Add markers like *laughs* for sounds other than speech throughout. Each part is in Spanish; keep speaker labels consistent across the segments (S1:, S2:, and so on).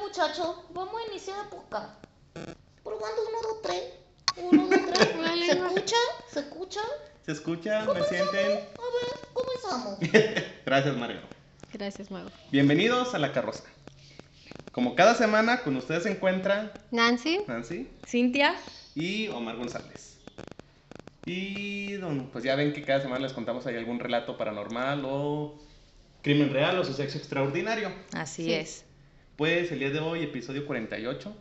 S1: muchachos, vamos a iniciar por acá. Probando uno, dos, tres. Uno, dos, tres. *laughs* ¿Se escucha? ¿Se escucha?
S2: ¿Se escucha? ¿Me sienten?
S1: A ver, comenzamos.
S2: Gracias, Mario.
S3: Gracias, Mago.
S2: Bienvenidos a La Carroza. Como cada semana, con ustedes se encuentran
S3: Nancy,
S2: Nancy
S3: Cintia.
S2: y Omar González. Y don- pues ya ven que cada semana les contamos ahí algún relato paranormal o crimen real o suceso extraordinario.
S4: Así
S3: Sí.
S4: es.
S2: Pues el día de hoy, episodio 48,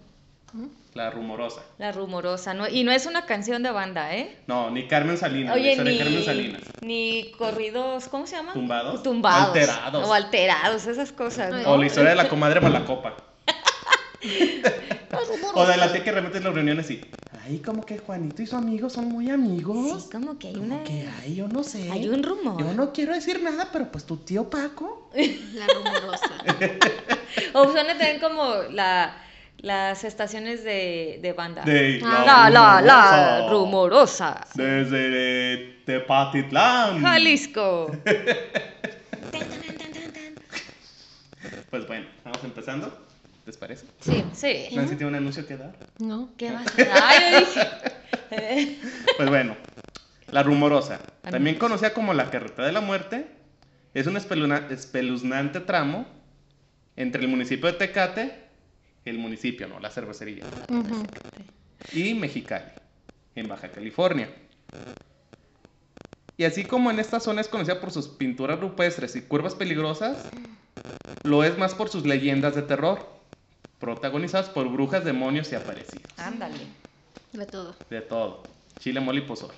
S2: La Rumorosa.
S4: La rumorosa. No, y no es una canción de banda, ¿eh?
S2: No, ni Carmen Salinas,
S4: Oye,
S2: esa de
S4: ni,
S2: Carmen Salinas.
S4: ni corridos, ¿cómo se llama?
S2: ¿Tumbados?
S4: Tumbados.
S2: Alterados.
S4: O alterados, esas
S3: Ay.
S4: cosas. ¿no? este-
S2: O la historia de la comadre Malacopa. O de la tía que remetes las reuniones y. Ay, como que Juanito y su amigo son muy amigos.
S4: Sí, como que hay
S2: Como
S4: una.
S2: que ay, yo no sé.
S4: Hay un rumor.
S2: Yo no quiero decir nada, pero pues tu tío Paco.
S3: La rumorosa.
S4: O suena también como la, las estaciones de, de banda.
S2: De
S4: Ah.
S2: Oh,
S4: La, la, la
S2: rumorosa.
S4: rumorosa.
S2: Desde eh, Tepatitlán.
S4: Jalisco.
S2: Pues bueno, vamos empezando. ¿Les parece?
S4: Sí, sí.
S2: Nancy tiene un anuncio que dar.
S3: *laughs* No.
S4: ¿Qué vas a dar? Yo dije.
S2: Pues bueno, La Rumorosa, también conocida como La Carretera de la Muerte, es un espeluna- espeluznante tramo entre el municipio de Tecate, el municipio, no, la cervecería,
S3: Ujú.
S2: y Mexicali, en Baja California. Y así como en esta zona es conocida por sus pinturas rupestres y curvas peligrosas, lo es más por sus leyendas de terror, protagonizadas por brujas, demonios y aparecidos.
S4: *laughs* Ándale.
S3: De todo.
S2: De todo. Chile, mole y pozole.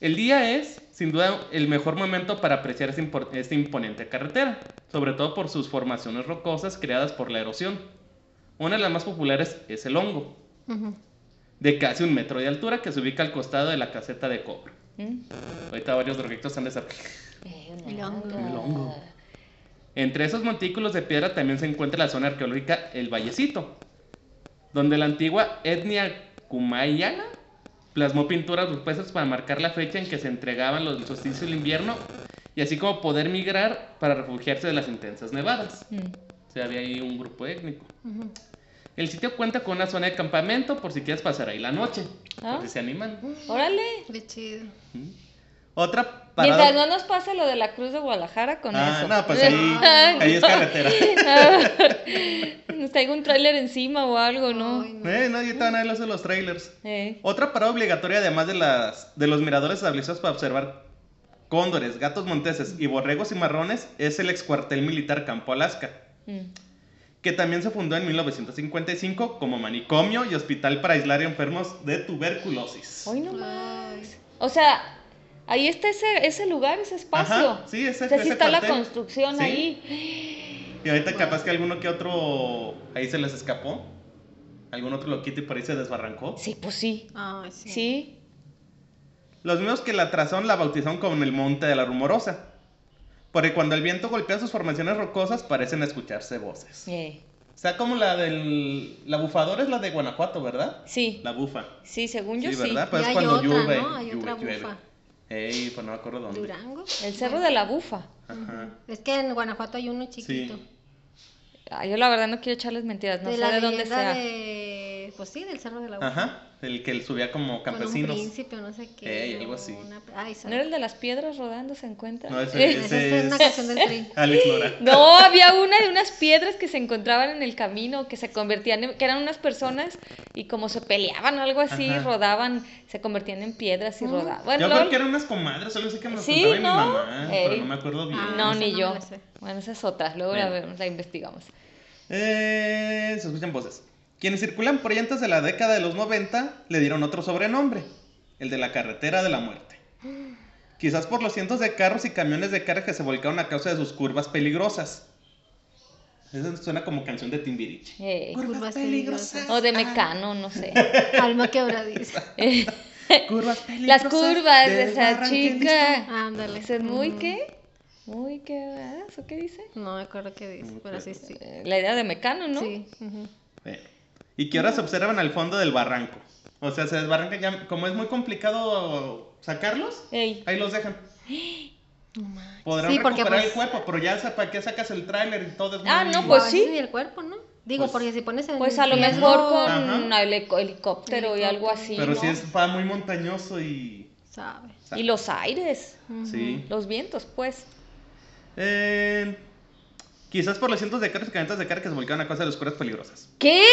S2: El día es, sin duda, el mejor momento para apreciar esta impor- esta imponente carretera, sobre todo por sus formaciones rocosas creadas por la erosión. Una de las más populares es el hongo,
S3: Ujú.
S2: de casi un metro de altura que se ubica al costado de la caseta de cobro.
S4: Mm.
S2: Ahorita varios droguitos están de cerca.
S4: Eh,
S3: El
S4: una
S3: hongo.
S4: onda.
S2: El hongo. Entre esos montículos de piedra también se encuentra la zona arqueológica El Vallecito, donde la antigua etnia kumayana plasmó pinturas rupestres para marcar la fecha en que se entregaban los solsticios del invierno y así como poder migrar para refugiarse de las intensas nevadas.
S4: Mm.
S2: O sea, había ahí un grupo étnico.
S3: Ujú.
S2: El sitio cuenta con una zona de campamento por si quieres pasar ahí la noche,
S4: Ah.
S2: por si se animan.
S4: Órale.
S3: Qué chido.
S2: Otra
S4: Mientras no nos pase lo de la Cruz de Guadalajara con
S2: Ah,
S4: eso.
S2: no, pues
S4: *laughs*
S2: ahí, ahí es carretera.
S4: Nos traigo un tráiler encima o algo, ¿no?
S3: Ay, no.
S2: Eh, no, ahorita van a ver los de los trailers.
S4: Eh,
S2: Otra parada obligatoria, además de, las, de los miradores establecidos para observar cóndores, gatos monteses y borregos y marrones, es el excuartel militar Campo Alaska,
S4: mm.
S2: que también se fundó en 1955 como manicomio y hospital para aislar enfermos de tuberculosis.
S4: Hoy no
S3: Ay.
S4: más. O sea, ahí está ese, ese lugar, ese espacio.
S2: Ajá, sí, ese,
S4: o sea, sí
S2: ese
S4: está la
S2: cuartel.
S4: construcción
S2: Sí.
S4: ahí.
S2: Y ahorita capaz que alguno que otro ahí se les escapó. Algún otro loquito y por ahí se desbarrancó.
S4: Sí, pues sí.
S3: Ay, sí.
S4: Sí.
S2: Los mismos que la trazaron la bautizaron como el Monte de la Rumorosa. Porque cuando el viento golpea sus formaciones rocosas parecen escucharse voces.
S4: Eh,
S2: O sea, como la del... La bufadora es la de Guanajuato, ¿verdad?
S4: Sí.
S2: La bufa.
S4: Sí, según yo
S2: Sí,
S4: sí.
S2: ¿verdad?
S3: Y
S2: Pero es
S3: hay
S2: cuando
S3: otra,
S2: llueve.
S3: ¿no? Hay
S2: llueve,
S3: otra
S2: llueve.
S3: bufa.
S2: Ey, pues no me acuerdo dónde.
S3: Durango.
S4: El Cerro de la Bufa.
S2: Ajá.
S3: Es que en Guanajuato hay uno chiquito.
S2: Sí.
S4: Ah, yo la verdad no quiero echarles mentiras, no
S3: de
S4: sé
S3: la
S4: de dónde
S3: leyenda
S4: sea.
S3: de. Pues sí, del Cerro de la Uva.
S2: Ajá. El que subía como
S3: Con un
S2: campesinos.
S3: príncipe, o no sé qué.
S2: Ey, algo
S3: o
S2: así.
S3: una- Ay, esa-
S4: ¿No era el de las piedras rodando se encuentra?
S2: No, ese,
S4: *laughs* Eh,
S3: Esa
S2: ese
S3: es una
S2: es
S3: canción del tren.
S2: *laughs* Alex Lora.
S4: No, había una de unas piedras que se encontraban en el camino, que se convertían en, que eran unas personas y como se peleaban o algo así,
S2: Ajá.
S4: rodaban, se convertían en piedras
S3: Mm.
S4: y rodaban. Bueno,
S2: Yo creo
S4: lol.
S2: que eran unas comadres, algo así que me lo
S4: Sí,
S2: contaba mi
S4: ¿no?
S2: mamá, pero
S4: Ey.
S2: no me acuerdo bien.
S3: Ah,
S4: no,
S3: esa
S4: ni
S3: no me
S4: yo.
S3: la sé.
S4: Bueno, esas otras, luego la,
S2: Bueno.
S4: vemos, la investigamos.
S2: Eh, se escuchan voces. Quienes circulan por ahí antes de la década de los 90 le dieron otro sobrenombre, el de la carretera de la muerte. Quizás por los cientos de carros y camiones de carga que se volcaron a causa de sus curvas peligrosas. Eso suena como canción de Timbiriche.
S4: Eh,
S3: Curvas peligrosas.
S4: O de Mecano,
S3: *laughs*
S4: no sé.
S3: Alma quebradiza.
S4: *laughs* Eh,
S2: Curvas
S4: las
S2: peligrosas.
S4: curvas de esa
S2: desbarranquilista.
S4: chica.
S3: Ándale.
S4: Eso es muy
S3: Ah, Mm,
S4: qué? Muy quebradas, ¿o qué dice?
S3: No me acuerdo qué dice,
S2: No me
S3: pero sí,
S2: acuerdo.
S3: sí.
S4: Eh, La idea de Mecano, ¿no?
S3: Sí. ujú.
S2: Bueno, Y que ahora se observan al fondo del barranco. O sea, se desbarrancan ya. Como es muy complicado sacarlos,
S4: Ey,
S2: ahí los dejan.
S3: *gasps* No manches.
S2: Podrán
S3: Sí, porque,
S2: recuperar el
S3: pues,
S2: cuerpo, pero ya sa- para qué sacas el tráiler y todo es
S4: Ah,
S2: muy-
S4: no, pues,
S3: a
S4: sí.
S3: veces ni el cuerpo, ¿no? Digo,
S2: Pues-
S3: porque si pones en
S4: Pues a lo
S3: riesgo-
S4: mejor con
S2: Ajá.
S4: helico- helicóptero y algo así.
S2: Pero
S4: ¿no?
S2: si es va muy montañoso y
S3: Sabe.
S2: o sea,
S4: Y los aires,
S2: sí.
S4: los vientos, pues.
S2: Eh, quizás por los cientos de carros y camionetas de carga que se volcaron a causa de las cuerdas peligrosas.
S4: ¿Qué?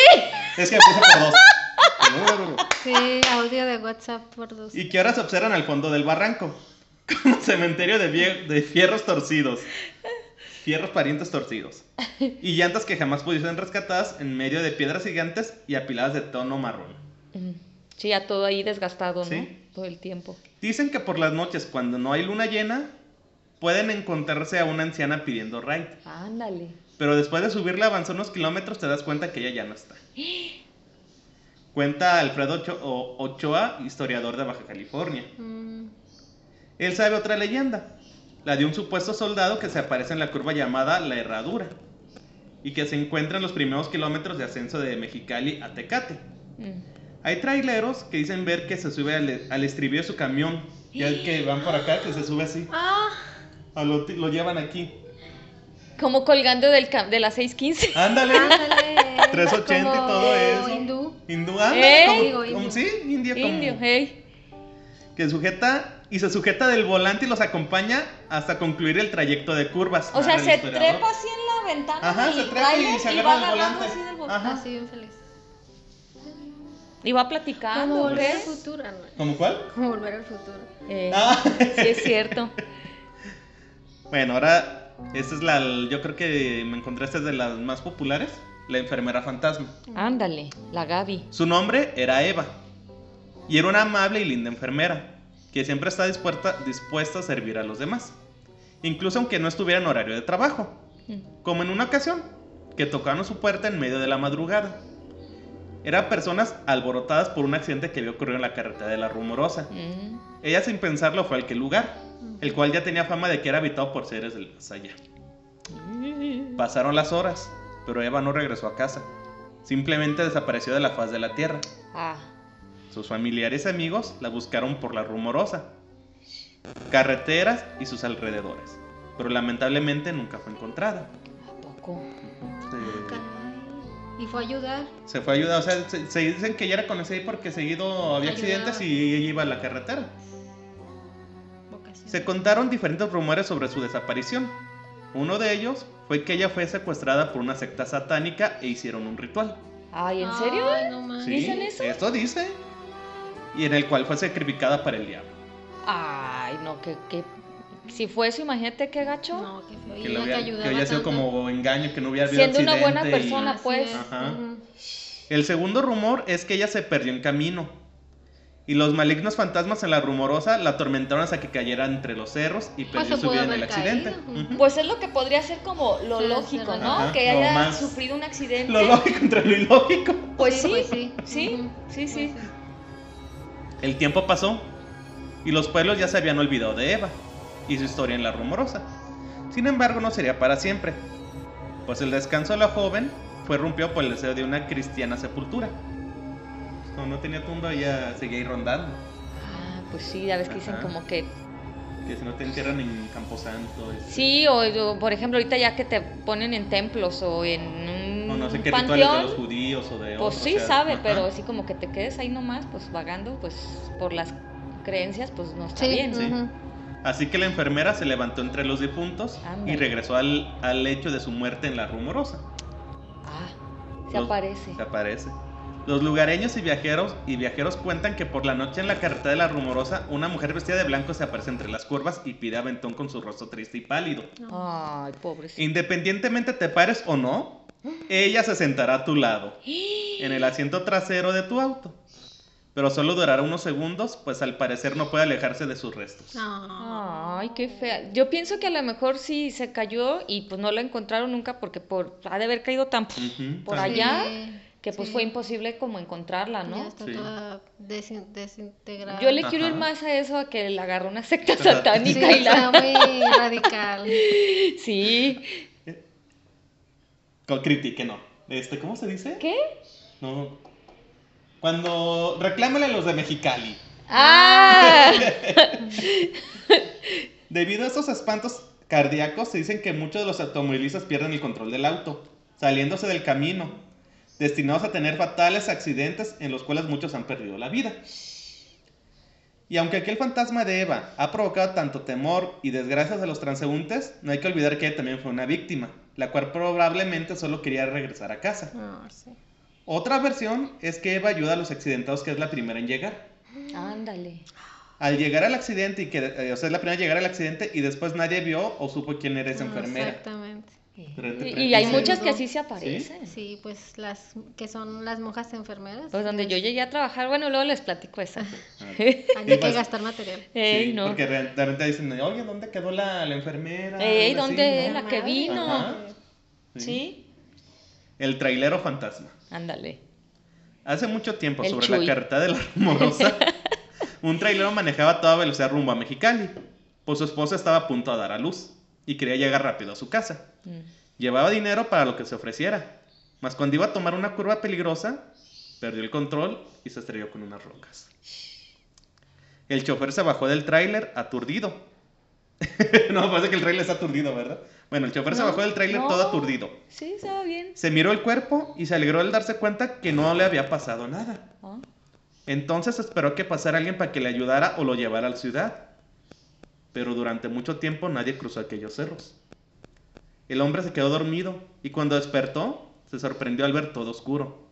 S2: Es que me puse por
S4: *laughs*
S2: dos.
S3: Sí, audio de WhatsApp por dos.
S2: y que ahora se observan al fondo del barranco. *laughs* Como cementerio de, vie- de fierros torcidos. Fierros parientes torcidos. Y llantas que jamás pudieron rescatadas en medio de piedras gigantes y apiladas de tono marrón.
S4: Mm, Sí, ya todo ahí desgastado, ¿no?
S2: Sí.
S4: Todo el tiempo.
S2: Dicen que por las noches, cuando no hay luna llena, pueden encontrarse a una anciana pidiendo ride.
S4: Ándale.
S2: Pero después de subirla, avanzó unos kilómetros, te das cuenta que ella ya no está. Cuenta Alfredo Ocho- o- Ochoa, historiador de Baja California.
S3: Mm,
S2: Él sabe otra leyenda, la de un supuesto soldado que se aparece en la curva llamada La Herradura y que se encuentra en los primeros kilómetros de ascenso de Mexicali a Tecate.
S4: Mm.
S2: Hay traileros que dicen ver que se sube al, al estribillo de su camión, ya el que van por acá, que se sube así,
S3: Ah,
S2: a lo, lo llevan aquí.
S4: Como colgando del cam- de
S2: *laughs*
S4: las 6:15.
S2: Ándale,
S4: Ah,
S3: ándale.
S2: *laughs* 380 y
S3: Como
S2: todo eso.
S3: Hindú.
S2: hindú, ándale,
S4: Eh.
S2: como-
S3: Digo,
S2: como-
S3: indio.
S2: sí, indio, como-
S4: Indio, eh. hey.
S2: que sujeta y se sujeta del volante y los acompaña hasta concluir el trayecto de curvas.
S4: O sea,
S2: Narra el
S4: se
S2: historiador.
S4: trepa así en la ventana
S2: Ajá,
S4: del
S2: se trepa y
S4: tráiler
S2: se
S4: va
S2: agarra del
S4: agarrando
S2: volante.
S4: así del vol-
S2: Ajá.
S3: Así bien feliz.
S2: Ah.
S4: Y va
S3: Como
S4: platicando,
S3: volver al
S4: ¿ves?
S3: futuro, ¿no?
S2: ¿Cómo cuál?
S3: Como volver al futuro.
S4: Eh,
S2: Ah.
S4: Sí, es cierto.
S2: Bueno, ahora esta es la, yo creo que me encontré esta es de las más populares, la enfermera fantasma.
S4: *laughs* Ándale, la Gaby.
S2: Su nombre era Eva y era una amable y linda enfermera que siempre está dispuesta, dispuesta a servir a los demás, incluso aunque no estuviera en horario de trabajo.
S4: Mm.
S2: como en una ocasión que tocaron su puerta en medio de la madrugada. Eran personas alborotadas por un accidente que había ocurrido en la carretera de la Rumorosa.
S4: Mm.
S2: Ella sin pensarlo fue a aquel lugar, el cual ya tenía fama de que era habitado por seres del más allá.
S4: Mm.
S2: Pasaron las horas, pero Eva no regresó a casa. Simplemente desapareció de la faz de la tierra.
S4: Ah,
S2: Sus familiares y amigos la buscaron por la Rumorosa, carreteras y sus alrededores, pero lamentablemente nunca fue encontrada.
S4: ¿a poco?
S2: Eh,
S3: Caray. Y fue a ayudar.
S2: Se fue a ayudar, o sea, se, se dicen que ella era conocida ahí porque seguido había
S3: Ayudaba.
S2: accidentes y ella iba a la carretera.
S3: Vocación.
S2: Se contaron diferentes rumores sobre su desaparición. Uno de ellos fue que ella fue secuestrada por una secta satánica e hicieron un ritual.
S4: Ay, ¿en serio?
S3: Ay, no manches.
S4: ¿Dicen eso?
S2: Esto dice. Y en el cual fue sacrificada para el diablo.
S4: Ay, no, que, que si fue eso, imagínate qué gacho.
S3: No, qué feo. Y
S2: Que, le
S3: ella
S2: había,
S3: que
S2: que
S3: ayudaba
S2: había sido
S3: tanto.
S2: como engaño, que no hubiera habido
S4: Siendo una buena
S2: accidente y-
S4: persona,
S3: Así
S4: pues.
S3: es.
S2: Ajá.
S3: Ujú.
S2: El segundo rumor es que ella se perdió en camino. Y los malignos fantasmas en la rumorosa la atormentaron hasta que cayera entre los cerros y perdió
S3: se
S2: su vida
S3: pudo
S2: en el
S3: haber caído,
S2: accidente.
S3: ujú.
S2: Ujú.
S4: Pues es lo que podría ser como lo
S3: Sí,
S4: lógico,
S3: sí,
S4: ¿no?
S2: ajá,
S4: que
S2: lo
S4: haya
S2: más-
S4: sufrido un accidente.
S2: Lo lógico entre lo ilógico.
S4: Pues sí,
S3: Pues
S4: sí,
S3: sí.
S4: sí,
S3: Ujú.
S4: sí,
S3: Pues
S2: El tiempo pasó y los pueblos ya se habían olvidado de Eva y su historia en la rumorosa. Sin embargo, no sería para siempre, pues el descanso de la joven fue rompido por el deseo de una cristiana sepultura. No, no tenía tumba, ella seguía ahí rondando.
S4: Ah, pues sí, ya ves que dicen
S2: Ajá.
S4: como que
S2: Que si no te entierran en Camposanto. este,
S4: sí, o, o, por ejemplo ahorita ya que te ponen en templos o en un
S2: O no sé qué rituales de
S4: panteón,
S2: los judíos o de
S4: pues
S2: otros,
S4: sí
S2: o sea,
S4: sabe,
S2: ajá.
S4: pero así como que te quedes ahí nomás, pues vagando, pues por las creencias, pues no está
S3: Sí,
S4: bien.
S2: sí.
S3: ujú.
S2: Así que la enfermera se levantó entre los difuntos
S4: Ándale.
S2: y regresó al, al hecho de su muerte en la rumorosa.
S4: Ah, se
S2: Los-
S4: aparece.
S2: Se aparece. Los lugareños y viajeros y viajeros cuentan que por la noche en la carretera de la rumorosa una mujer vestida de blanco se aparece entre las curvas y pide aventón con su rostro triste y pálido.
S4: Ah. Ay, pobrecito.
S2: Independientemente te pares o no, ella se sentará a tu lado, en el asiento trasero de tu auto. Pero solo durará unos segundos, pues al parecer no puede alejarse de sus restos.
S4: Ah,
S3: No.
S4: Ay, qué fea. Yo pienso que a lo mejor sí se cayó y pues no la encontraron nunca porque por ha de haber caído tan
S2: Ujú,
S4: por
S2: tan-
S4: allá. ¿Ya?
S3: Sí,
S4: que pues
S3: sí.
S4: fue imposible como encontrarla,
S3: Ya
S4: ¿no?
S3: está
S2: Sí.
S3: toda desin- desintegrada.
S4: Yo le
S2: Ajá.
S4: quiero ir más a eso a que la agarró una secta
S3: *laughs*
S2: Ajá.
S3: Sí,
S4: satánica y
S3: está
S4: la
S3: muy radical.
S4: Sí.
S2: Co- Critique, no. Este, ¿cómo se dice?
S4: ¿Qué?
S2: No. Cuando reclámale a los de Mexicali.
S4: Ah.
S2: Debido a esos espantos cardíacos, se dicen que muchos de los automovilistas pierden el control del auto, saliéndose del camino, destinados a tener fatales accidentes en los cuales muchos han perdido la vida. Y aunque aquel fantasma de Eva ha provocado tanto temor y desgracias a los transeúntes, no hay que olvidar que ella también fue una víctima, la cual probablemente solo quería regresar a casa.
S3: No, sí.
S2: Otra versión es que Eva ayuda a los accidentados, que es la primera en llegar.
S3: Ah.
S4: *laughs* Ándale.
S2: Al llegar al accidente y que, eh, o sea, es la primera en llegar al accidente y después nadie vio o supo quién era esa
S3: Ah,
S2: enfermera.
S3: Exactamente.
S2: Espérate,
S4: Y, y
S2: espérate,
S4: hay
S2: sí.
S4: muchas que así se aparecen.
S3: Sí, pues las que son las monjas enfermeras.
S4: Pues donde yo llegué a trabajar, bueno, luego les platico esa. *laughs*
S2: Ah,
S3: Hay
S2: Sí,
S3: que
S2: pues,
S3: gastar material.
S4: Ey,
S2: sí,
S4: no.
S2: Porque re- de repente dicen, oye, ¿dónde quedó la, la enfermera?
S4: Ey,
S2: Algo así,
S4: ¿dónde
S2: ¿no?
S4: la que
S3: Madre.
S4: vino?
S2: Ajá.
S4: Sí.
S2: El trailero fantasma.
S4: Ándale.
S2: Hace mucho tiempo,
S4: El
S2: sobre
S4: Chuy.
S2: la carretera de la Rumorosa, *laughs* un trailero manejaba a toda velocidad rumbo a Mexicali, pues su esposa estaba a punto de dar a luz y quería llegar rápido a su casa.
S4: Mm.
S2: Llevaba dinero para lo que se ofreciera, mas cuando iba a tomar una curva peligrosa, perdió el control y se estrelló con unas rocas. El chofer se bajó del tráiler aturdido. *laughs* no, parece que el tráiler está aturdido, ¿verdad? Bueno, el chofer se
S4: No,
S2: bajó del tráiler
S4: no.
S2: todo aturdido.
S4: Sí, estaba bien.
S2: Se miró el cuerpo y se alegró al darse cuenta que no le había pasado nada.
S4: Ah.
S2: Entonces esperó que pasara alguien para que le ayudara o lo llevara a la ciudad. Pero durante mucho tiempo nadie cruzó aquellos cerros. El hombre se quedó dormido y cuando despertó se sorprendió al ver todo oscuro.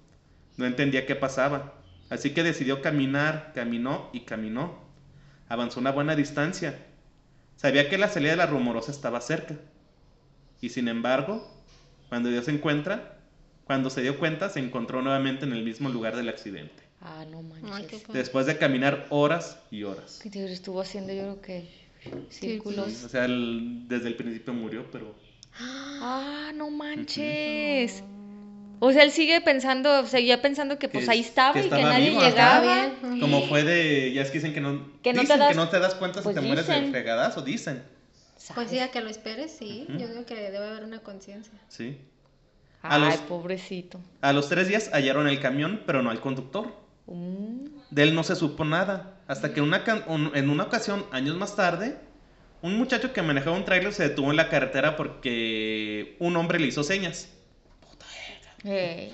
S2: No entendía qué pasaba, así que decidió caminar, caminó y caminó. Avanzó una buena distancia. Sabía que la salida de la rumorosa estaba cerca. Y sin embargo, cuando Dios se encuentra, cuando se dio cuenta, se encontró nuevamente en el mismo lugar del accidente.
S4: Ah, no
S3: Ay, qué
S4: manches.
S3: padre.
S2: Después de caminar horas y horas.
S4: Que te estuvo haciendo yo creo que círculos.
S2: O sea, el- desde el principio murió, pero...
S4: Ah, no manches. O sea, él sigue pensando, seguía pensando que pues
S2: Que-
S4: ahí estaba
S2: que
S4: y que
S2: estaba
S4: nadie
S2: vivo, ajá.
S4: llegaba.
S3: Estaba bien.
S2: Como fue de... Ya es que dicen que no...
S4: Que no te
S2: dicen
S4: das-
S2: que no te das cuenta si
S4: pues
S2: te mueres de
S4: dicen.
S2: fregadas o dicen.
S4: ¿Sabes?
S3: Pues sí, a que lo esperes, sí.
S2: Ujú.
S3: Yo digo que debe haber una conciencia.
S2: Sí. a
S4: Ay,
S2: los-
S4: pobrecito.
S2: A los tres días hallaron el camión, pero no al conductor.
S4: Mm.
S2: De él no se supo nada, hasta que una can- un- en una ocasión, años más tarde, un muchacho que manejaba un tráiler se detuvo en la carretera porque un hombre le hizo señas.
S3: Eh.
S4: Ey.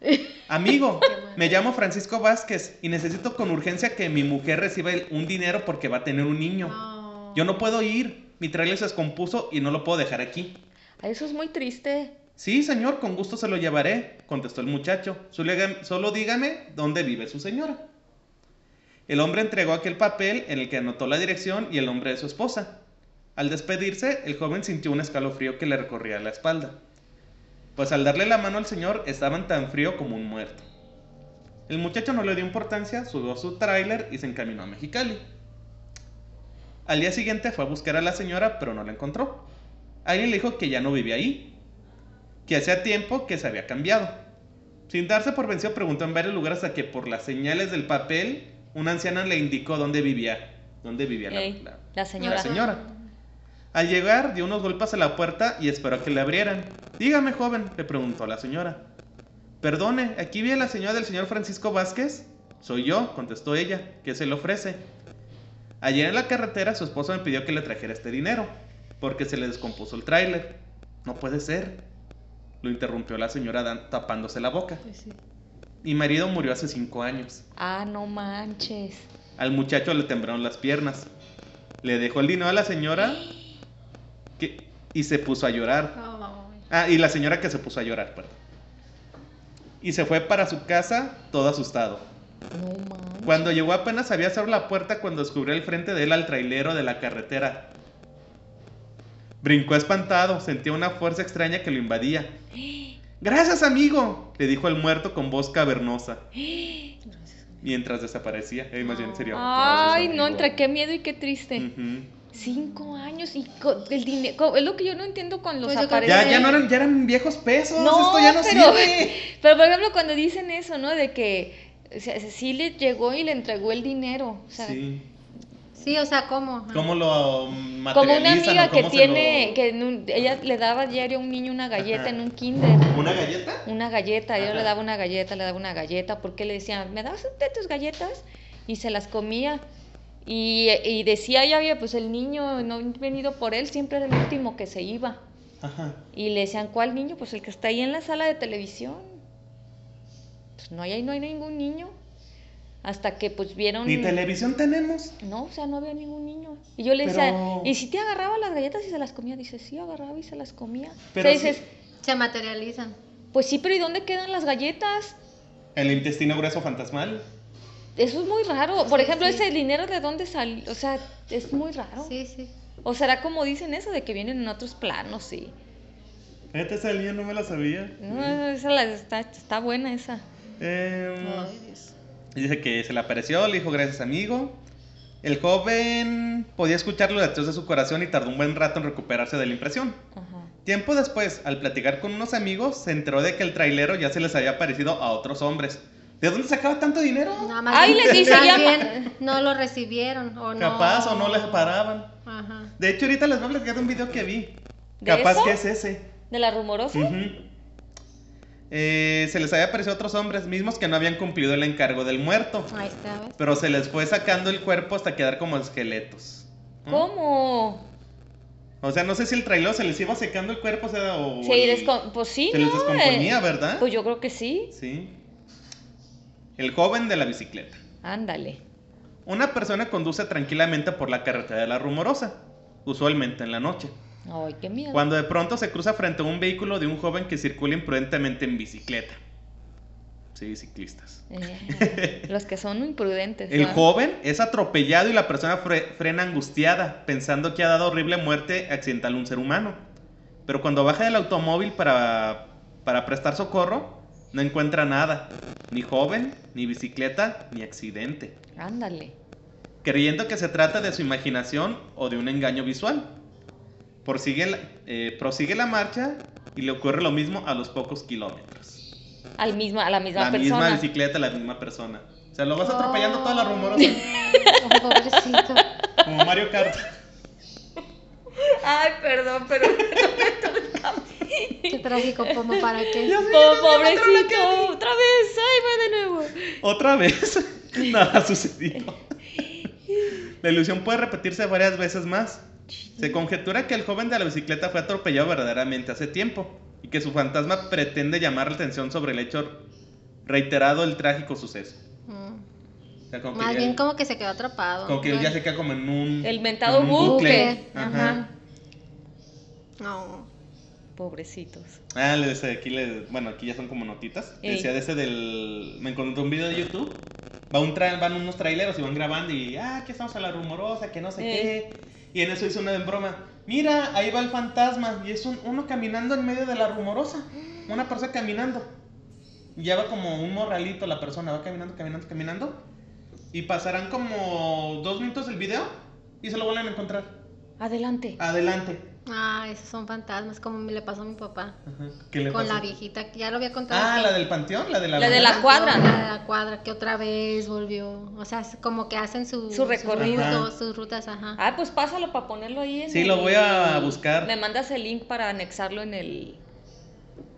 S4: *laughs*
S2: Amigo,
S3: Qué mal.
S2: me llamo Francisco Vázquez y necesito con urgencia que mi mujer reciba el- un dinero porque va a tener un niño.
S3: No.
S2: Yo no puedo ir, mi tráiler se descompuso y no lo puedo dejar aquí.
S4: Ay, Eso es muy triste.
S2: Sí, señor, con gusto se lo llevaré, contestó el muchacho. Solo dígame- Solo dígame dónde vive su señora. El hombre entregó aquel papel en el que anotó la dirección y el nombre de su esposa. Al despedirse, el joven sintió un escalofrío que le recorría la espalda. Pues al darle la mano al señor, estaban tan frío como un muerto. El muchacho no le dio importancia, subió a su tráiler y se encaminó a Mexicali. Al día siguiente fue a buscar a la señora, pero no la encontró. Alguien le dijo que ya no vivía ahí, que hacía tiempo que se había cambiado. Sin darse por vencido, preguntó en varios lugares a que por las señales del papel, una anciana le indicó dónde vivía, dónde vivía la-
S4: Ey,
S2: la,
S4: la señora.
S2: la señora. Al llegar, dio unos golpes a la puerta y esperó a que le abrieran. Dígame, joven, le preguntó la señora. Perdone, aquí viene la señora del señor Francisco Vázquez. Soy yo, contestó ella, que se le ofrece. Ayer en la carretera su esposo me pidió que le trajera este dinero, porque se le descompuso el tráiler. No puede ser. Lo interrumpió la señora Dan- tapándose la boca.
S3: Pues sí.
S2: Mi marido murió hace cinco años.
S4: Ah, no manches.
S2: Al muchacho le temblaron las piernas. Le dejó el dinero a la señora que- y se puso a llorar.
S3: No,
S2: Ah, y la señora que se puso a llorar, perdón. Y se fue para su casa todo asustado.
S4: No manches.
S2: Cuando llegó apenas había cerrado la puerta cuando descubrió el frente de él al trailero de la carretera. Brincó espantado, sentía una fuerza extraña que lo invadía. Gracias, amigo, le dijo el muerto con voz cavernosa. Mientras desaparecía. Eh, más bien sería-
S4: Ay, no, entre
S2: Amigo. Mm.
S4: qué miedo y qué triste.
S2: Ujú.
S4: Cinco años y co- el dinero. co- Es lo que yo no entiendo con los
S3: Pues yo creo que-
S4: aparelhos.
S2: Ya, ya no eran, ya eran viejos pesos.
S4: No,
S2: esto ya no
S4: pero-
S2: sirve.
S4: Pero por ejemplo, cuando dicen eso, ¿no? De que o sea, sí le llegó y le entregó el dinero. *laughs* O sea,
S2: Sí.
S3: Sí, o sea, ¿cómo? Ajá.
S2: ¿Cómo lo
S4: Como una
S2: materializan? o
S4: amiga que
S2: cómo se
S4: tiene,
S2: lo-
S4: que en un- ella le daba diario a un niño una galleta
S2: Ajá.
S4: en un kinder.
S2: ¿Una galleta?
S4: Una galleta, yo
S2: Ajá.
S4: le daba una galleta, le daba una galleta, porque le decía, ¿me das de tus galletas? Y se las comía. Y, y decía Yavia, pues el niño no han venido por él, siempre era el último que se iba.
S2: Ajá.
S4: Y le decían, ¿cuál niño? Pues el que está ahí en la sala de televisión. Pues no hay ahí, no hay ningún niño. Hasta que pues vieron...
S2: Ni televisión tenemos.
S4: No, o sea, no había ningún niño. Y yo le decía,
S2: Pero-
S4: ¿y si te agarraba las galletas y se las comía? Dice, sí, agarraba y se las comía.
S2: Pero
S4: o sea, dices,
S3: Se materializan.
S4: pues sí, pero ¿y dónde quedan las galletas?
S2: El intestino grueso fantasmal.
S4: Eso es muy raro. Por
S3: Sí,
S4: ejemplo,
S3: sí.
S4: ese dinero de dónde salió. O sea, es muy raro.
S3: Sí, sí.
S4: O será como dicen eso, de que vienen en otros planos, sí.
S2: Esta salía, no me la sabía.
S4: No, esa la- está, está buena esa.
S2: Em,
S3: Ay, Dios.
S2: Dice que se le apareció, le dijo gracias amigo. El joven podía escuchar los latidos de su corazón y tardó un buen rato en recuperarse de la impresión.
S4: Ajá.
S2: Tiempo después, al platicar con unos amigos, se enteró de que el trailero ya se les había parecido a otros hombres. ¿De dónde sacaba tanto dinero?
S3: Nada más
S4: Ay,
S3: bien-
S4: les dice,
S3: más
S4: ya-
S3: bien no lo recibieron o no.
S2: Capaz o no les paraban.
S3: Ajá.
S2: De hecho, ahorita les voy a platicar de un video que vi.
S4: ¿De
S2: Capaz
S4: eso?
S2: que es ese.
S4: ¿De la rumorosa?
S2: Ujú. Eh, se les había aparecido a otros hombres mismos que no habían cumplido el encargo del muerto.
S3: Ahí está, ¿ves?
S2: Pero se les fue sacando el cuerpo hasta quedar como esqueletos. ¿Mm?
S4: ¿Cómo?
S2: O sea, no sé si el trailero se les iba secando el cuerpo o sea, o
S4: Se
S2: el-
S4: descom- Pues sí,
S2: se les
S4: ¿no?
S2: descomponía,
S4: Eh,
S2: ¿verdad?
S4: Pues yo creo que sí.
S2: Sí. El joven de la bicicleta.
S4: Ándale.
S2: Una persona conduce tranquilamente por la carretera de la Rumorosa, usualmente en la noche,
S4: Ay, qué miedo.
S2: cuando de pronto se cruza frente a un vehículo de un joven que circula imprudentemente en bicicleta. Sí, ciclistas.
S4: Eh, los que son imprudentes.
S2: El
S4: ¿no?
S2: joven es atropellado y la persona fre- frena angustiada, pensando que ha dado horrible muerte accidental a un ser humano. Pero cuando baja del automóvil para, para prestar socorro, no encuentra nada. Ni joven, ni bicicleta, ni accidente.
S4: Ándale.
S2: creyendo que se trata de su imaginación o de un engaño visual. Prosigue la, eh, prosigue la marcha y le ocurre lo mismo a los pocos kilómetros.
S4: Al mismo, a la misma
S2: la
S4: persona.
S2: misma bicicleta, la misma persona. O sea, lo vas atropellando
S3: Oh.
S2: toda la rumorosa,
S3: *laughs* Ay, pobrecito.
S2: como Mario Kart.
S4: *laughs* Ay, perdón, pero.
S3: Qué trágico, como para qué.
S4: Oh, pobrecito. Otra vez. Ay, va de nuevo.
S2: Otra vez, *laughs* nada ha sucedido. La ilusión puede repetirse varias veces más. Se conjetura que el joven de la bicicleta fue atropellado verdaderamente hace tiempo y que su fantasma pretende llamar la atención sobre el hecho reiterado del trágico suceso.
S3: Mm.
S2: O sea, como que
S3: Más
S2: ya-
S3: bien como que se quedó atrapado.
S2: Como que él ya se queda como en un.
S4: El mentado
S2: en
S4: bucle.
S2: Ajá.
S3: Ajá. No.
S4: Pobrecitos.
S2: Ah, le- ese, aquí le, bueno, aquí ya son como notitas.
S4: Ey.
S2: Decía de ese del. Me encontré un video de YouTube. Va un tra- van unos traileros y van grabando y. Ah, que estamos a la rumorosa, que no sé
S4: Ey.
S2: qué. Y en eso hizo una en broma. Mira, ahí va el fantasma. Y es un, uno caminando en medio de la rumorosa. Una persona caminando. Y ya va como un morralito la persona. Va caminando, caminando, caminando. Y pasarán como dos minutos del video. Y se lo vuelven a encontrar.
S4: Adelante.
S2: Adelante.
S3: Ah, esos son fantasmas, como me le pasó a mi papá.
S2: Ajá. ¿Qué le
S3: Con
S2: pasó?
S3: la viejita, que ya lo había contado.
S2: Ah,
S3: aquí.
S2: la del panteón, la de la,
S4: La de la
S3: No,
S4: cuadra.
S3: La de la cuadra, que otra vez volvió. O sea, es como que hacen su,
S4: Su recorrido.
S3: sus rutas, sus rutas, ajá.
S4: Ah, pues pásalo para ponerlo ahí. En
S2: Sí,
S4: el-
S2: lo voy a buscar.
S4: Me mandas el link para anexarlo en el,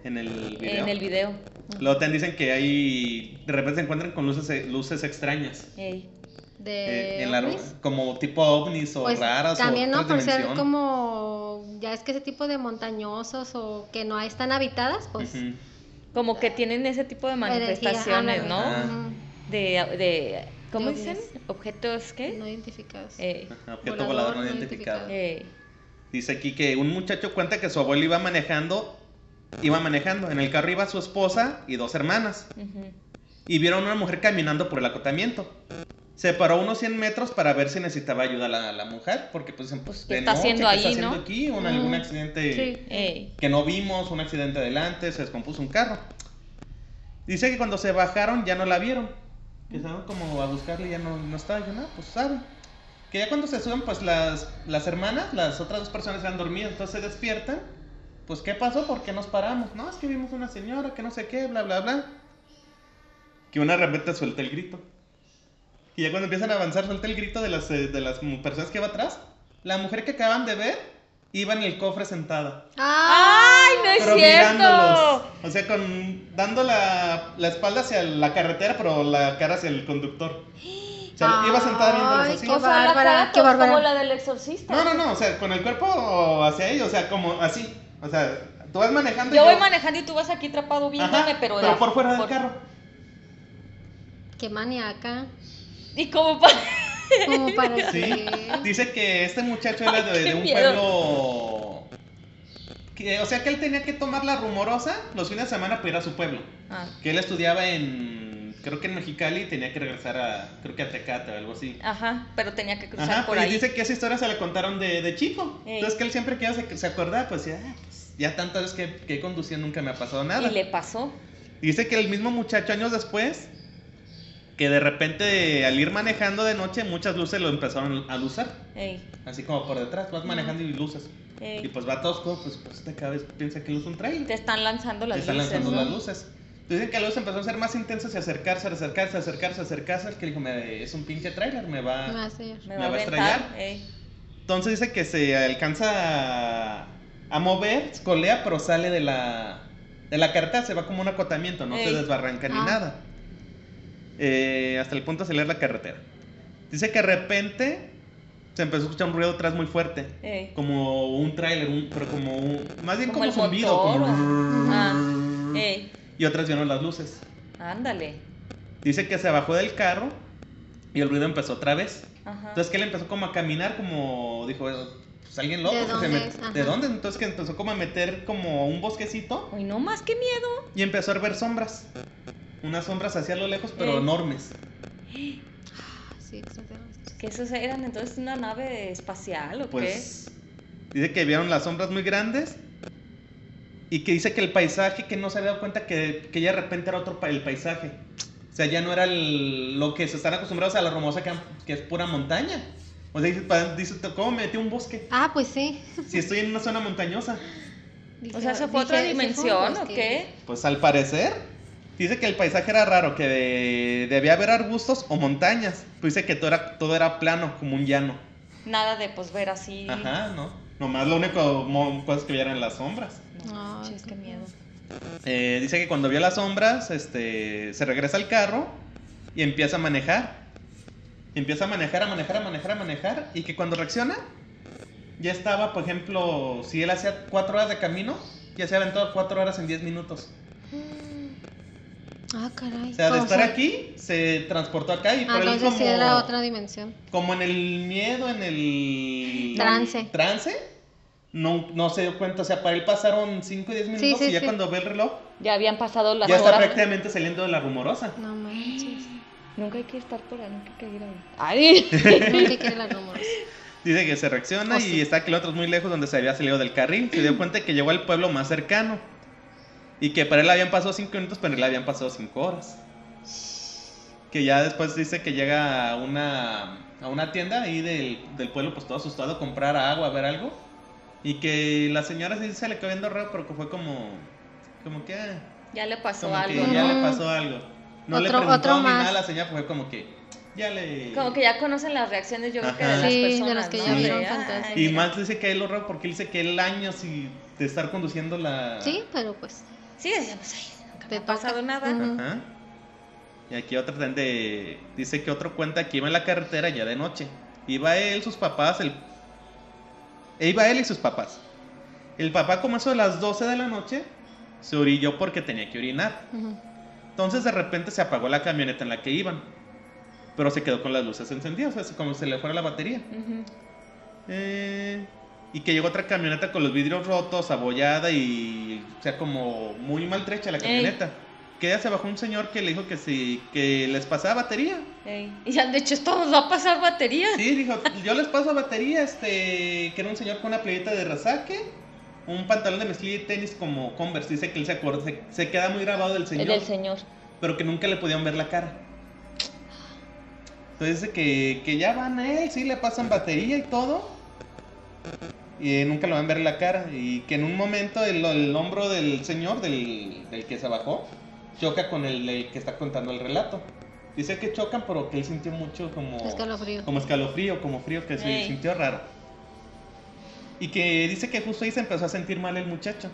S2: en el video.
S4: en el video.
S2: Luego también dicen que ahí de repente se encuentran con luces, eh, luces extrañas.
S4: Ey.
S3: De
S2: eh, en la ru-
S3: ovnis.
S2: como tipo ovnis o
S3: Pues,
S2: raras
S3: también, ¿no?
S2: o
S3: Por
S2: otras
S3: ser
S2: dimensión.
S3: como, ya es que ese tipo de montañosos o que no están habitadas, pues...
S2: Ujú.
S4: Como que tienen ese tipo de
S3: energía,
S4: manifestaciones,
S3: ándale.
S4: ¿no?
S2: Ah.
S3: Ujú,
S4: De, de. ¿Cómo
S3: De
S4: dicen? Objetos, ¿qué? Eh,
S3: No identificados.
S4: Ey.
S2: Objeto volador, no identificado.
S4: Ey.
S2: Dice aquí que un muchacho cuenta que su abuelo iba manejando, iba manejando. En el carro iba su esposa y dos hermanas.
S4: Ujú.
S2: Y vieron a una mujer caminando por el acotamiento. Se paró unos 100 metros para ver si necesitaba ayuda la, la mujer, porque pues,
S4: Pues,
S2: de
S4: ¿qué está
S2: noche,
S4: haciendo
S2: ¿qué
S4: ahí,
S2: haciendo
S4: no? Mm,
S2: aquí? Un- algún accidente
S3: Sí.
S4: Ey.
S2: que no vimos, un accidente adelante, se descompuso un carro. Dice que cuando se bajaron ya no la vieron. Que estaban como a buscarle y ya no, no estaba. Yo, no, pues sabe. Que ya cuando se suben, pues las, las hermanas, las otras dos personas se han dormido, entonces se despiertan. Pues, ¿qué pasó? ¿Por qué nos paramos? No, es que vimos una señora, que no sé qué, bla, bla, bla. Que una repente suelta el grito. Y ya cuando empiezan a avanzar, suelta el grito de las, eh, de las mu- personas que va atrás. La mujer que acaban de ver iba en el cofre sentada
S3: ¡Ah!
S4: ¡Ay, no es
S2: pero mirándolos.
S4: cierto!
S2: O sea, con, dando la, la espalda hacia la carretera, pero la cara hacia el conductor. O sea, iba sentada viendo los
S3: Ay,
S2: así.
S3: qué
S4: O sea, la
S3: bárbara,
S4: cara
S3: qué
S4: como
S3: bárbara.
S4: la del exorcista.
S2: No, no, no, o sea, con el cuerpo hacia ellos, o sea, como así. O sea, tú vas manejando. y
S4: Yo voy manejando y tú vas aquí atrapado viéndome,
S2: Ajá,
S4: pero...
S2: pero,
S4: la-
S2: por fuera del
S4: por-
S2: carro.
S3: Qué maníaca.
S4: Y como para... *laughs*
S3: Como para
S2: Sí.
S3: que.
S2: Dice que este muchacho era de,
S4: Ay, qué
S2: de un
S4: miedo.
S2: pueblo. que- o sea, que él tenía que tomar la rumorosa los fines de semana para ir a su pueblo.
S4: Ah,
S2: Que él estudiaba en. Creo que en Mexicali y tenía que regresar a. Creo que a Tecate o algo así.
S4: Ah, ajá, pero tenía que cruzar
S2: Ajá,
S4: por
S2: y
S4: ahí.
S2: dice que esa historia se la contaron de, de chico.
S4: Ey.
S2: Entonces que él siempre que ya se, se acordaba, pues ya, ah, pues, ya tantas veces que, que he conducido nunca me ha pasado nada.
S4: Y le pasó.
S2: Dice que el mismo muchacho años después, que de repente al ir manejando de noche, muchas luces lo empezaron a luzar.
S4: Ey,
S2: Así como por detrás, vas manejando y luces. Y
S4: ey.
S2: pues va tosco, pues, pues te cada vez piensa que luz un trailer.
S4: Te están lanzando
S2: Te
S4: las
S2: están
S4: luces.
S2: lanzando
S4: ¿no?
S2: las luces. Dicen que la luz empezó a ser más intensa y acercarse, acercarse, acercarse, acercarse. El que dijo, me, es un pinche trailer, me va.
S3: Me va a hacer.
S4: Me
S2: Me
S4: va a
S2: va a
S4: aventar.
S2: estrellar.
S4: ey.
S2: Entonces dice que se alcanza a, a mover, colea, pero sale de la, de la carretera, se va como un acotamiento, no
S4: Ey.
S2: se desbarranca ni
S3: Ah.
S2: nada. Eh, hasta el punto de salir la carretera. Dice que de repente se empezó a escuchar un ruido atrás muy fuerte,
S4: Ey.
S2: como un tráiler, un- pero como un- más bien
S4: Como
S2: como,
S4: el
S2: zumbido, como Mm.
S4: motor, Ah, ey.
S2: y otras vieron las luces.
S4: Ándale.
S2: Dice que se bajó del carro y el ruido empezó otra vez.
S4: Ajá.
S2: Entonces que él empezó como a caminar, como dijo, pues alguien loco.
S3: ¿De
S2: que
S3: dónde
S2: met-
S3: es? Ajá.
S2: ¿De dónde? Entonces que empezó como a meter como un bosquecito
S4: Uy, no más, qué miedo.
S2: y empezó a ver sombras. Unas sombras hacia lo lejos, pero
S4: Ey.
S2: enormes.
S3: ah, Sí, extraterrestres.
S4: ¿Que esos eran entonces una nave espacial o
S2: Pues dice que vieron las sombras muy grandes y que dice que el paisaje, que no se había dado cuenta que, que ya de repente era otro pa- el paisaje. O sea, ya no era el- lo que se están acostumbrados a la romosa que, que es pura montaña. O sea, dice, pa- dice, ¿cómo me metí a un bosque?
S3: Ah, pues sí.
S2: Si estoy en una zona montañosa.
S4: qué?
S3: Dije-
S4: O sea, ¿se fue
S3: dije,
S4: otra
S3: "Ese fue un
S4: dimensión o
S3: bosque".
S4: qué?
S2: Pues al parecer, dice que el paisaje era raro, que de- debía haber arbustos o montañas. Pues dice que todo era, todo era plano, como un llano.
S4: Nada de pues ver así.
S2: Ajá, ¿no? Nomás lo único mo- cosas que vieron eran las sombras.
S4: No,
S3: Ay,
S4: manches, qué
S3: qué
S4: miedo.
S2: Eh, dice que cuando vio las sombras, este, se regresa al carro y empieza a manejar. Y empieza a manejar, a manejar, a manejar, a manejar. Y que cuando reacciona, ya estaba, por ejemplo, si él hacía cuatro horas de camino, ya se aventó cuatro horas en diez minutos.
S3: Ah, caray.
S2: O sea, de
S3: O
S2: estar
S3: sea,
S2: aquí, se transportó acá y
S3: Ah,
S2: por él
S3: entonces
S2: como,
S3: sí era otra dimensión.
S2: como en el miedo, en el
S3: Trance.
S2: trance, no, no se dio cuenta. O sea, para él pasaron 5 o 10 minutos
S3: sí,
S2: y ya
S3: sí.
S2: cuando ve el reloj,
S4: Ya habían pasado las
S2: ya está
S4: horas.
S2: prácticamente saliendo de la rumorosa.
S3: No
S2: *laughs*
S3: manches.
S4: Nunca hay que estar por ahí, nunca hay que ir ahí. ¡Ay!
S3: No te quiere la rumores.
S2: Dice que se reacciona
S4: Oh, sí.
S2: y está kilómetros muy lejos donde se había salido del carril. Se
S4: *clears throat*
S2: dio cuenta que llegó al pueblo más cercano. Y que para él habían pasado 5 minutos, pero le habían pasado 5 horas. Que ya después dice que llega a una, a una tienda ahí del, del pueblo, pues todo asustado, a comprar agua, a ver algo. Y que la señora sí se le quedó viendo raro, pero que fue como. Como que. ah,
S4: ya le pasó
S2: Como que
S4: algo.
S2: ya
S4: ¿no?
S2: le pasó algo. No le
S3: Otro-
S2: preguntó
S3: otro
S2: ni
S3: más.
S2: nada a la señora, fue como que. Ya le.
S4: Como que ya conocen las reacciones, yo creo que de
S2: Ajá.
S4: las
S3: Sí, de
S4: personas.
S3: los que
S4: ¿no?
S3: ya
S4: De,
S3: vieron
S4: "Ay,
S3: fantasmas".
S2: Y
S4: mira".
S2: Max dice que él lo raro porque él dice que él años y de estar conduciendo la.
S3: Sí, pero pues.
S4: Sí, decíamos, ay, nunca me
S3: Te
S4: ha pasado
S3: toca.
S4: nada.
S3: Ujú.
S2: Ajá. Y aquí otra también de. Dice que otro cuenta que iba en la carretera ya de noche. Iba él, sus papás, el. e iba él y sus papás. El papá, como eso de las 12 de la noche, se orilló porque tenía que orinar.
S3: ujú.
S2: Entonces de repente se apagó la camioneta en la que iban. Pero se quedó con las luces encendidas, o sea, como si se le fuera la batería.
S4: Ujú.
S2: Eh, y que llegó otra camioneta con los vidrios rotos, abollada y. O sea, como muy maltrecha la camioneta. Que ya se bajó un señor que le dijo que si que les pasaba batería.
S4: Ey. Y ya, de hecho, esto nos va a pasar batería.
S2: Sí, dijo, yo les paso batería, este. Que era un señor con una playita de resaque, un pantalón de mezclilla y tenis como Converse. Dice que él se acuerda, se, se queda muy grabado del
S4: El
S2: señor,
S4: del señor.
S2: pero que nunca le podían ver la cara. Entonces dice que, que ya van a él, sí, le pasan batería y todo. y eh, nunca lo van a ver la cara. Y que en un momento el, el hombro del señor, del, del que se bajó, choca con el, el que está contando el relato. Dice que chocan, pero que él sintió mucho como
S3: Escalofrío.
S2: como escalofrío, como frío, que se
S4: Ey.
S2: sintió raro. Y que dice que justo ahí se empezó a sentir mal el muchacho.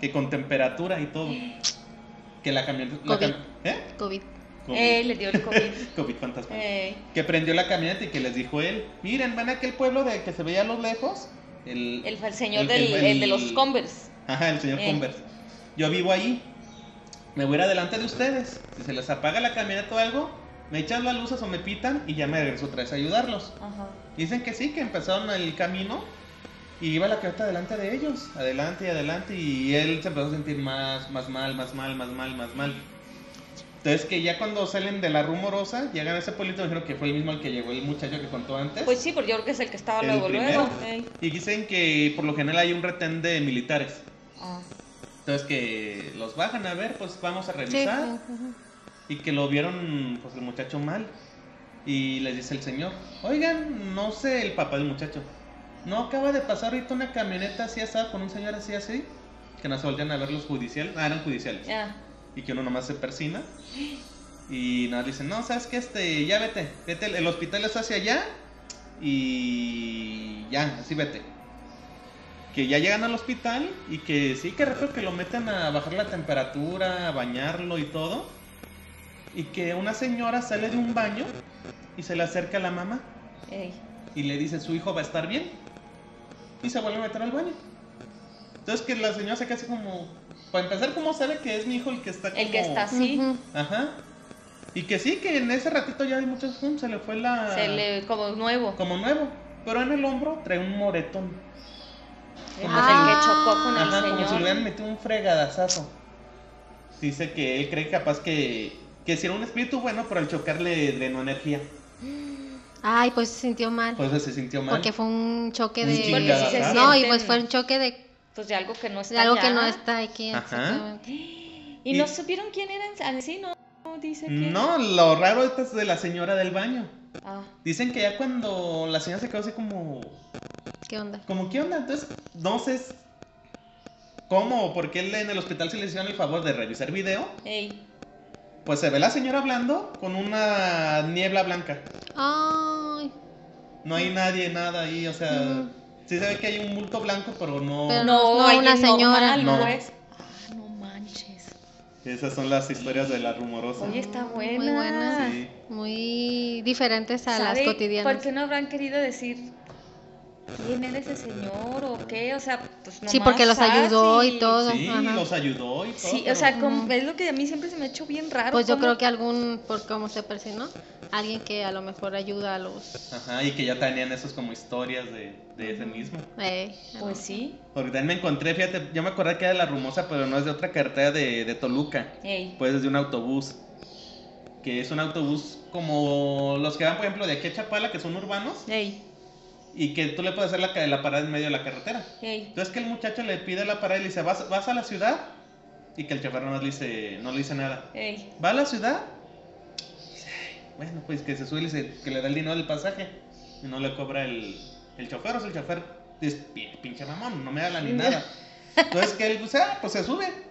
S2: Que con temperatura y todo. Que la camioneta... la
S3: Covid.
S2: cam- ¿Eh?
S3: COVID.
S2: COVID.
S4: Ey, le dio el Eh. COVID.
S2: COVID fantasma.
S4: Ey.
S2: Que prendió la camioneta y que les dijo él, miren, van a aquel pueblo de que se veía a los lejos. El,
S4: El, el señor
S2: El-
S4: del,
S2: el-
S4: el de los Converse.
S2: Ajá, el señor
S4: Eh.
S2: Converse. Yo vivo ahí. Me voy a ir adelante de ustedes. Si se les apaga la camioneta o algo, me echan las luces o me pitan y ya me regreso otra vez a ayudarlos.
S4: Ajá.
S2: Dicen que sí, que empezaron el camino y iba la camioneta adelante de ellos. Adelante y adelante. Y él se empezó a sentir más, más mal, más mal, más mal, más mal. Entonces que ya cuando salen de la rumorosa, llegan a ese pueblito, me dijeron que fue el mismo al que llegó el muchacho que contó antes.
S4: Pues sí, porque yo creo que es el que estaba
S2: El
S4: luego,
S2: primero.
S4: luego. Ey.
S2: Y dicen que por lo general hay un retén de militares.
S4: Ah.
S2: Entonces que los bajan a ver, pues vamos a revisar. Y que lo vieron, pues el muchacho mal. Y les dice el señor, oigan, no sé el papá del muchacho. No acaba de pasar ahorita una camioneta así asada con un señor así así. Que nos voltean a ver los judiciales. Ah, eran judiciales.
S4: Ah.
S2: Y que uno nomás se persina. Y nos dicen, no, sabes que este, ya vete. Vete, el- el hospital es hacia allá. Y ya, así vete. Que ya llegan al hospital y que sí, que recuerdo que lo meten a bajar la temperatura, a bañarlo y todo. Y que una señora sale de un baño y se le acerca a la mamá
S4: Ey.
S2: y le dice, su hijo va a estar bien. Y se vuelve a meter al baño. Entonces que la señora se queda así como, para empezar, ¿cómo sabe que es mi hijo el que está
S4: El que
S2: como-
S4: está así.
S3: Ujú.
S2: Ajá. Y que sí, que en ese ratito ya hay muchos zoom, se le fue la...
S4: Se le, como nuevo.
S2: Ah. Como nuevo. Pero en el hombro trae un moretón.
S4: Eh,
S2: como
S4: pues
S2: si-
S4: el que chocó con
S2: Ajá, como
S4: el
S2: si le
S4: señor.
S2: hubieran metido un fregadazazo. Dice que él cree capaz que... Que si era un espíritu bueno, pero al chocar le drenó energía.
S3: Ay, pues se sintió mal.
S2: Por eso se sintió mal.
S3: Porque fue un choque
S2: Un
S3: de.
S2: chingadazo. Porque sí se
S3: no, y
S4: sienten-
S3: pues fue un choque de,
S4: Pues de algo que no está.
S3: de algo que
S4: allá.
S3: no está aquí.
S2: Ajá.
S3: exactamente.
S4: ¿Y,
S2: Y-
S4: no supieron quién era en- en sí? No, no dice quién.
S2: No, lo raro esto es pues, de la señora del baño.
S4: Ah.
S2: Dicen que ya cuando la señora se quedó así como...
S3: ¿Qué onda?
S2: Como, ¿qué onda? Entonces, no sé s- cómo o por qué le- en el hospital se le hicieron el favor de revisar video.
S4: Ey.
S2: Pues se ve la señora hablando con una niebla blanca.
S3: Ay,
S2: No hay nadie, nada ahí, o sea...
S3: Mm.
S2: Sí se ve que hay un bulto blanco, pero no...
S3: Pero
S4: No,
S3: no,
S4: alguien
S3: una señora.
S4: normal,
S2: No.
S4: pues. Ah, no manches.
S2: Esas son las historias de la rumorosa.
S4: Oye, está
S3: Muy
S4: buena.
S3: buena.
S2: Sí.
S3: muy diferentes a las
S4: ¿Sabe
S3: cotidianas.
S4: ¿Por qué no habrán querido decir quién era ese señor o qué? O sea, pues no
S3: sí, porque los ayudó y todo.
S2: Sí,
S3: ajá.
S2: los ayudó y todo.
S4: Sí, o
S2: pero-
S4: sea, como-
S3: Ujú.
S4: es lo que a mí siempre se me ha hecho bien raro.
S3: Pues yo
S4: cómo-
S3: creo que algún, por cómo se persinó, alguien que a lo mejor ayuda a los.
S2: Ajá, y que ya tenían esos como historias de, de ese mismo.
S3: eh, a
S4: Pues
S3: los-
S4: sí.
S2: Porque también me encontré, fíjate, yo me acordé que era de la rumosa, pero no es de otra carretera de, de Toluca.
S4: Ey.
S2: Pues es de un autobús. Que es un autobús como los que van, por ejemplo, de aquí a Chapala, que son urbanos,
S4: Ey.
S2: y que tú le puedes hacer la, ca- la parada en medio de la carretera.
S4: Ey.
S2: Entonces que el muchacho le pide la parada y le dice, ¿vas, vas a la ciudad? Y que el chofer no le dice, no le dice nada.
S4: Ey.
S2: ¿Va a la ciudad? Dice, "Ay, Bueno, pues que se sube y le dice, que le da el dinero del pasaje. Y no le cobra el, el chofer, o sea, el chofer dice, "Pin- pinche mamón, no me habla ni
S4: *laughs*
S2: nada. Entonces que él, pues, ah, pues se sube.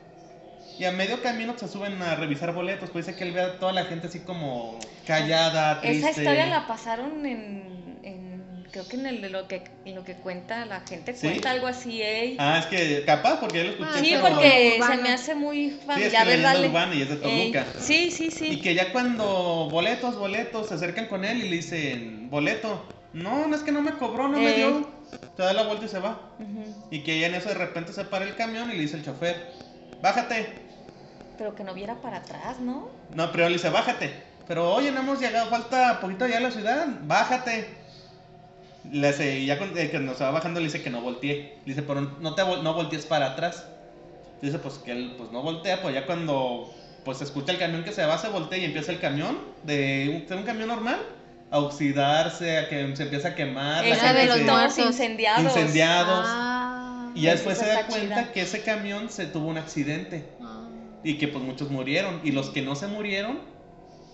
S2: Y a medio camino se suben a revisar boletos, pues dice que él ve a toda la gente así como callada, triste.
S4: Esa historia la pasaron en, en- creo que en el de lo que en lo que cuenta la gente
S2: ¿Sí?
S4: cuenta algo así, ey.
S2: Ah, es que capaz, porque yo lo escuché.
S4: Ah, sí,
S3: pero-
S4: porque se
S3: Urbana.
S4: me hace muy
S2: Sí, es que
S4: familiar,
S2: la
S4: ¿verdad?
S2: leyenda
S4: Le-
S2: urbana y es de
S4: ey.
S2: Toluca.
S4: Sí, sí, sí.
S2: Y que ya cuando boletos, boletos, se acercan con él y le dicen, boleto. No, no es que no me cobró, no me
S4: Eh.
S2: dio. Se da la vuelta y se va.
S4: Ujú.
S2: Y que ya en eso de repente se para el camión y le dice el chofer, bájate.
S4: Pero que no viera para atrás, ¿no?
S2: No, pero le dice, bájate. Pero oye, no hemos llegado, falta poquito ya a la ciudad, bájate. Le hace, y ya cuando eh, que nos va bajando le dice que no voltee. Le dice, pero no, te, vol- no voltees para atrás. Dice, pues que él pues, no voltea, pues ya cuando pues se escucha el camión que se va, se voltea y empieza el camión de un, de un camión normal a oxidarse, a que se empieza a quemar. Ah, la
S4: Esa
S2: gente
S3: de los
S2: se-
S4: todos
S3: muertos.
S4: incendiados.
S2: incendiados.
S3: Ah,
S2: y ya
S4: Eso
S2: después se
S4: está
S2: da
S4: chida.
S2: cuenta que ese camión se tuvo un accidente
S3: ah.
S2: y que pues muchos murieron. Y los que no se murieron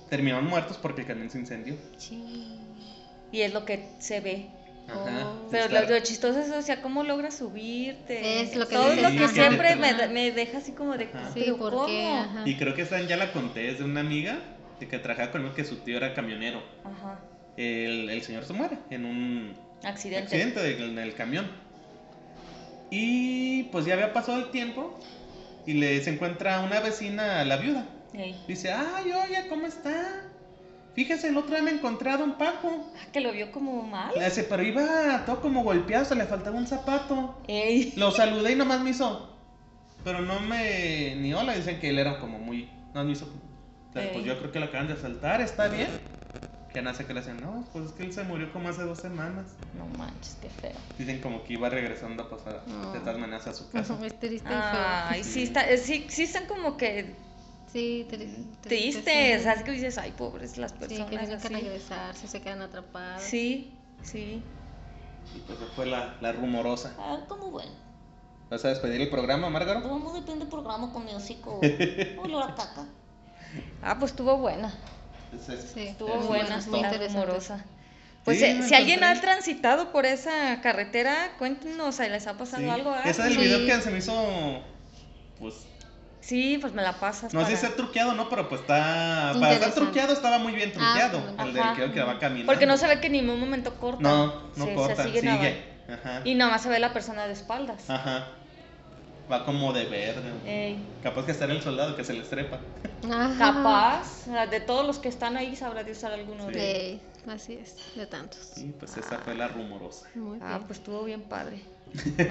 S2: terminaron muertos porque el camión se incendió.
S3: Sí.
S4: Y es lo que se ve.
S2: Ajá.
S3: Oh.
S4: Pero
S2: Está-
S4: lo, lo chistoso es, o sea, cómo logras subirte.
S3: Es lo que
S4: Todo
S2: dices,
S4: lo que
S2: ajá.
S4: siempre me,
S3: Ajá.
S4: me deja así como de.
S2: Ajá.
S3: Sí,
S4: Ah, pero
S3: ¿por
S4: ¿cómo?
S3: qué? Ajá.
S2: Y creo que esa ya la conté, es de una amiga de que trabajaba conmigo que su tío era camionero.
S4: Ajá.
S2: El, el señor se muere en un
S4: Accidente.
S2: accidente de- en el camión. Y pues ya había pasado el tiempo y le se encuentra una vecina a la viuda.
S4: Ey.
S2: Dice, ay, oye, ¿cómo está? Fíjese, el otro día me encontré a Don Paco.
S4: Ah, que lo vio como mal.
S2: Le dice, pero iba todo como golpeado, se le faltaba un zapato.
S4: Ey.
S2: Lo saludé y nomás me hizo. Pero no me. Ni hola, dicen que él era como muy. No me hizo. o sea,
S4: Ey.
S2: Pues yo creo que lo acaban de asaltar, está bien. Que nace que le dicen, no, pues es que él se murió como hace dos semanas.
S4: No manches, qué feo.
S2: Dicen como que iba regresando pues, a-
S3: Ah.
S2: de todas maneras a su
S4: *laughs*
S2: casa.
S3: *laughs* Es triste y feo.
S4: Ay, sí, está, eh, sí, sí están como que
S3: Sí, tri-
S4: tristes,
S3: sí.
S4: así que dices, ay, pobres las
S3: Sí, que
S4: personas.
S3: tienen que
S4: pues, así.
S3: regresar, si se quedan atrapadas.
S4: sí, sí.
S2: Y pues esa fue la, la rumorosa.
S1: Ah, como bueno.
S2: ¿Vas a despedir el programa, Márgaro?
S1: Vamos a depender del programa con mi hocico. Olor a caca.
S4: Ah, pues estuvo buena.
S2: Entonces,
S3: Sí.
S4: Estuvo
S2: Eso
S4: buena,
S2: es
S4: muy
S2: todo.
S4: interesante. Pues
S2: Sí,
S4: eh,
S2: me
S4: si alguien
S2: encontré.
S4: ha transitado por esa carretera, cuéntenos, ¿ahí ¿les ha pasado
S2: sí.
S4: algo? Ah,
S2: Esa del
S4: sí.
S2: video que se me hizo. Pues.
S4: Sí, pues me la pasas.
S2: No sé si
S4: para-
S2: está truqueado no, pero pues está. Para estar
S3: Interesante.
S2: truqueado estaba muy bien truqueado.
S3: Ah,
S2: el
S4: Ajá.
S2: del que, que va caminando.
S4: Porque no se ve que ni en ningún momento corta.
S2: No, no
S4: Se- se
S2: corta,
S4: siguen
S2: sigue. Ah.
S4: avan-
S2: Ajá.
S4: Y nada más se ve la persona de espaldas.
S2: Ajá. Va como de verde.
S4: Ey.
S2: Capaz que estará el soldado que se les trepa.
S3: Ajá.
S4: Capaz, ah, de todos los que están ahí, sabrá Dios usar alguno
S2: Sí.
S4: de
S3: Sí, así es, de tantos.
S2: Sí, pues esa fue la rumorosa.
S3: Muy
S4: Ah,
S3: bien.
S4: pues estuvo bien *laughs* padre.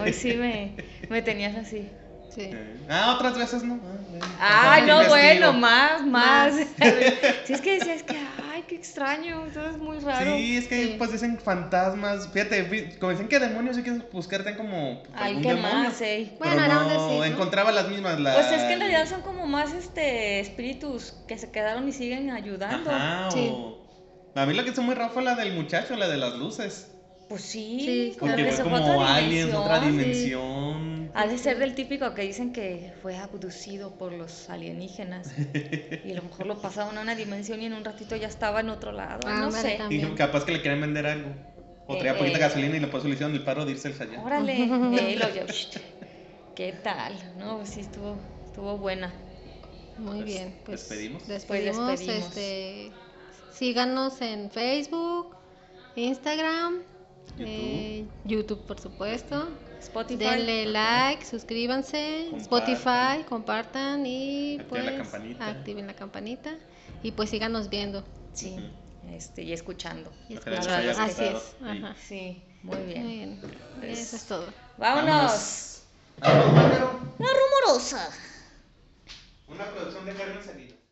S4: Hoy sí me, me tenías así.
S3: Sí.
S2: Eh, Ah, otras veces no. Ah, bueno.
S4: Ay,
S2: Mejor
S4: no,
S2: investigo.
S4: bueno, más, más. *laughs*
S3: Más.
S4: Si es que decías que, ay, qué extraño, todo es muy raro.
S2: Sí, es que
S3: Sí.
S2: pues dicen fantasmas. Fíjate, vi- como dicen que demonios, sí que buscarte como pues,
S4: Ay,
S2: algún
S4: qué
S2: demonio.
S4: más, ey.
S2: Pero
S3: Bueno, era un
S2: no,
S3: decir, ¿no?
S2: encontraba las mismas. La...
S4: Pues es que en realidad son como más este espíritus que se quedaron y siguen ayudando.
S2: Ajá,
S3: Sí.
S2: o- A mí lo que hizo muy raro fue la del muchacho, la de las luces.
S4: Pues sí,
S3: Sí,
S4: como
S2: Porque
S4: que
S2: fue
S4: se fue a
S2: como
S4: otra
S2: aliens,
S4: dimensión.
S2: otra dimensión.
S4: Ha de ser del típico que dicen que fue abducido por los alienígenas.
S2: *laughs*
S4: Y a lo mejor lo pasaron a una dimensión y en un ratito ya estaba en otro lado.
S3: Ah,
S4: no
S3: ándale,
S4: sé.
S3: también.
S2: Dijo, capaz que le querían vender algo. O
S4: Eh,
S2: traía poquita
S4: eh.
S2: gasolina y le puso le hicieron el paro de irse allá.
S3: *laughs*
S4: Órale. eh, lo yo, ¿Qué tal? No, pues sí, estuvo, estuvo buena.
S3: Muy
S2: Pues,
S3: bien, pues
S2: ¿despedimos?
S3: despedimos,
S4: Pues, despedimos.
S3: este síganos en Facebook, Instagram,
S2: YouTube.
S3: eh, YouTube, por supuesto.
S4: Spotify.
S3: Denle like, suscríbanse,
S2: Compartan.
S3: Spotify, compartan y
S2: Activen
S3: pues
S2: la campanita.
S3: activen la campanita y pues síganos viendo
S4: Sí. Este, y escuchando.
S3: y
S2: Ojalá les
S3: escuchando.
S2: haya
S3: Así
S2: gustado.
S3: es.
S2: Sí.
S3: ajá.
S4: Sí, muy
S3: Muy
S4: bien.
S3: bien.
S4: Pues,
S3: Eso es todo.
S4: Vámonos.
S2: Vámonos, Álvaro.
S1: Rumorosa.
S2: Una producción de Carmen Salinas.